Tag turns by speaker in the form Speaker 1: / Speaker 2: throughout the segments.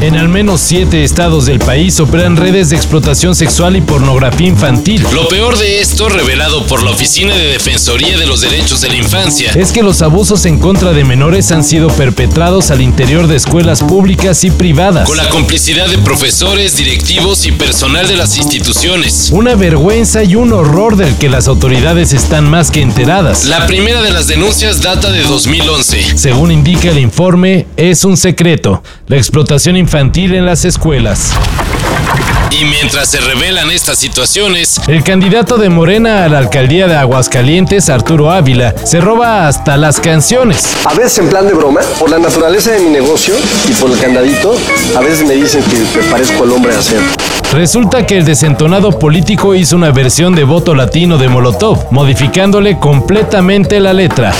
Speaker 1: En al menos siete estados del país operan redes de explotación sexual y pornografía infantil.
Speaker 2: Lo peor de esto, revelado por la Oficina de Defensoría de los Derechos de la Infancia,
Speaker 1: Es que los abusos en contra de menores han sido perpetrados al interior de escuelas públicas y privadas.
Speaker 2: con la complicidad de profesores, directivos y personal de las instituciones.
Speaker 1: Una vergüenza y un horror del que las autoridades están más que enteradas.
Speaker 2: La primera de las denuncias data de 2011.
Speaker 1: Según indica el informe, es un secreto, la explotación infantil en las escuelas.
Speaker 2: Y mientras se revelan estas situaciones,
Speaker 1: El candidato de Morena a la alcaldía de Aguascalientes, Arturo Ávila, se roba hasta las canciones.
Speaker 3: A veces en plan de broma, por la naturaleza de mi negocio y por el candadito, a veces me dicen que me parezco al hombre de acero.
Speaker 1: Resulta que el desentonado político hizo una versión de voto latino de Molotov, modificándole completamente la letra.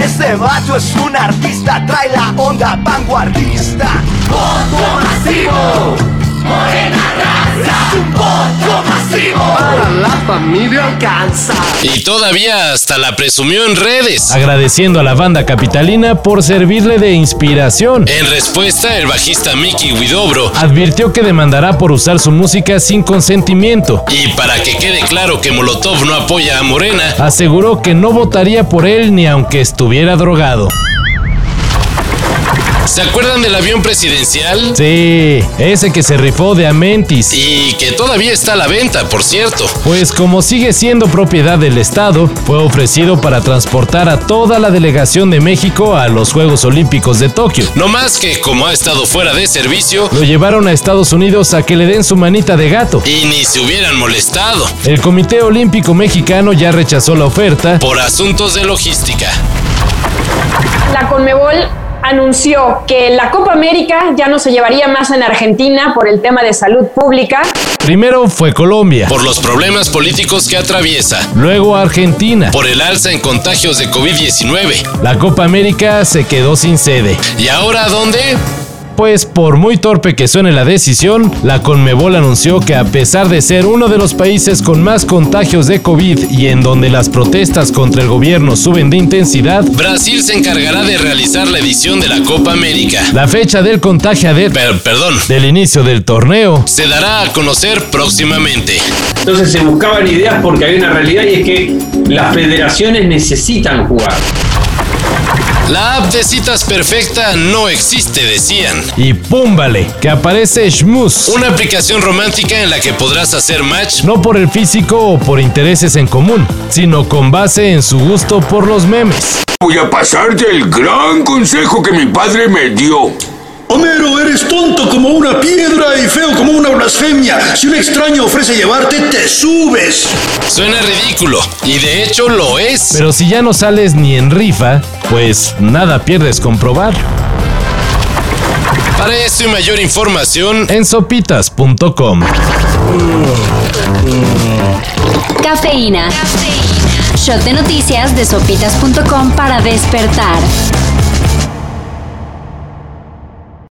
Speaker 4: Este vato es un artista, trae la onda vanguardista. Voto masivo, morena raza, un voto masivo. Para la familia alcanza.
Speaker 2: y todavía hasta la presumió en redes.
Speaker 1: agradeciendo a la banda capitalina por servirle de inspiración.
Speaker 2: En respuesta, el bajista Mickey Widobro,
Speaker 1: Advirtió que demandará por usar su música sin consentimiento.
Speaker 2: y para que quede claro que Molotov no apoya a Morena,
Speaker 1: Aseguró que no votaría por él ni aunque estuviera drogado.
Speaker 2: ¿se acuerdan del avión presidencial?
Speaker 1: Sí, ese que se rifó de Amentis.
Speaker 2: Y que todavía está a la venta, por cierto.
Speaker 1: Pues como sigue siendo propiedad del Estado, fue ofrecido para transportar a toda la delegación de México a los Juegos Olímpicos de Tokio.
Speaker 2: No más que como ha estado fuera de servicio
Speaker 1: Lo llevaron a Estados Unidos a que le den su manita de gato.
Speaker 2: y ni se hubieran molestado
Speaker 1: El Comité Olímpico Mexicano ya rechazó la oferta
Speaker 2: por asuntos de logística.
Speaker 5: La Conmebol anunció que la Copa América ya no se llevaría más en Argentina por el tema de salud pública.
Speaker 1: Primero fue Colombia,
Speaker 2: Por los problemas políticos que atraviesa.
Speaker 1: luego Argentina.
Speaker 2: Por el alza en contagios de COVID-19.
Speaker 1: La Copa América se quedó sin sede.
Speaker 2: ¿Y ahora dónde?
Speaker 1: Pues por muy torpe que suene la decisión, la Conmebol anunció que a pesar de ser uno de los países con más contagios de COVID y en donde las protestas contra el gobierno suben de intensidad,
Speaker 2: Brasil se encargará de realizar la edición de la Copa América.
Speaker 1: la fecha del contagiadero
Speaker 2: Per- perdón.
Speaker 1: del inicio del torneo
Speaker 2: Se dará a conocer próximamente.
Speaker 6: Entonces se buscaban ideas porque había una realidad y es que las federaciones necesitan jugar.
Speaker 2: La app de citas perfecta no existe, decían.
Speaker 1: y púmbale, que aparece Schmuz.
Speaker 2: Una aplicación romántica en la que podrás hacer match
Speaker 1: No por el físico o por intereses en común, sino con base en su gusto por los memes.
Speaker 7: Voy a pasarte el gran consejo que mi padre me dio.
Speaker 8: Homero, eres tonto como una piedra y feo como una blasfemia. Si un extraño ofrece llevarte, te subes.
Speaker 2: Suena ridículo, y de hecho lo es.
Speaker 1: Pero si ya no sales ni en rifa, pues nada pierdes con probar.
Speaker 2: Para esto y mayor información,
Speaker 1: En sopitas.com.
Speaker 9: Cafeína. Shot de noticias de sopitas.com para despertar.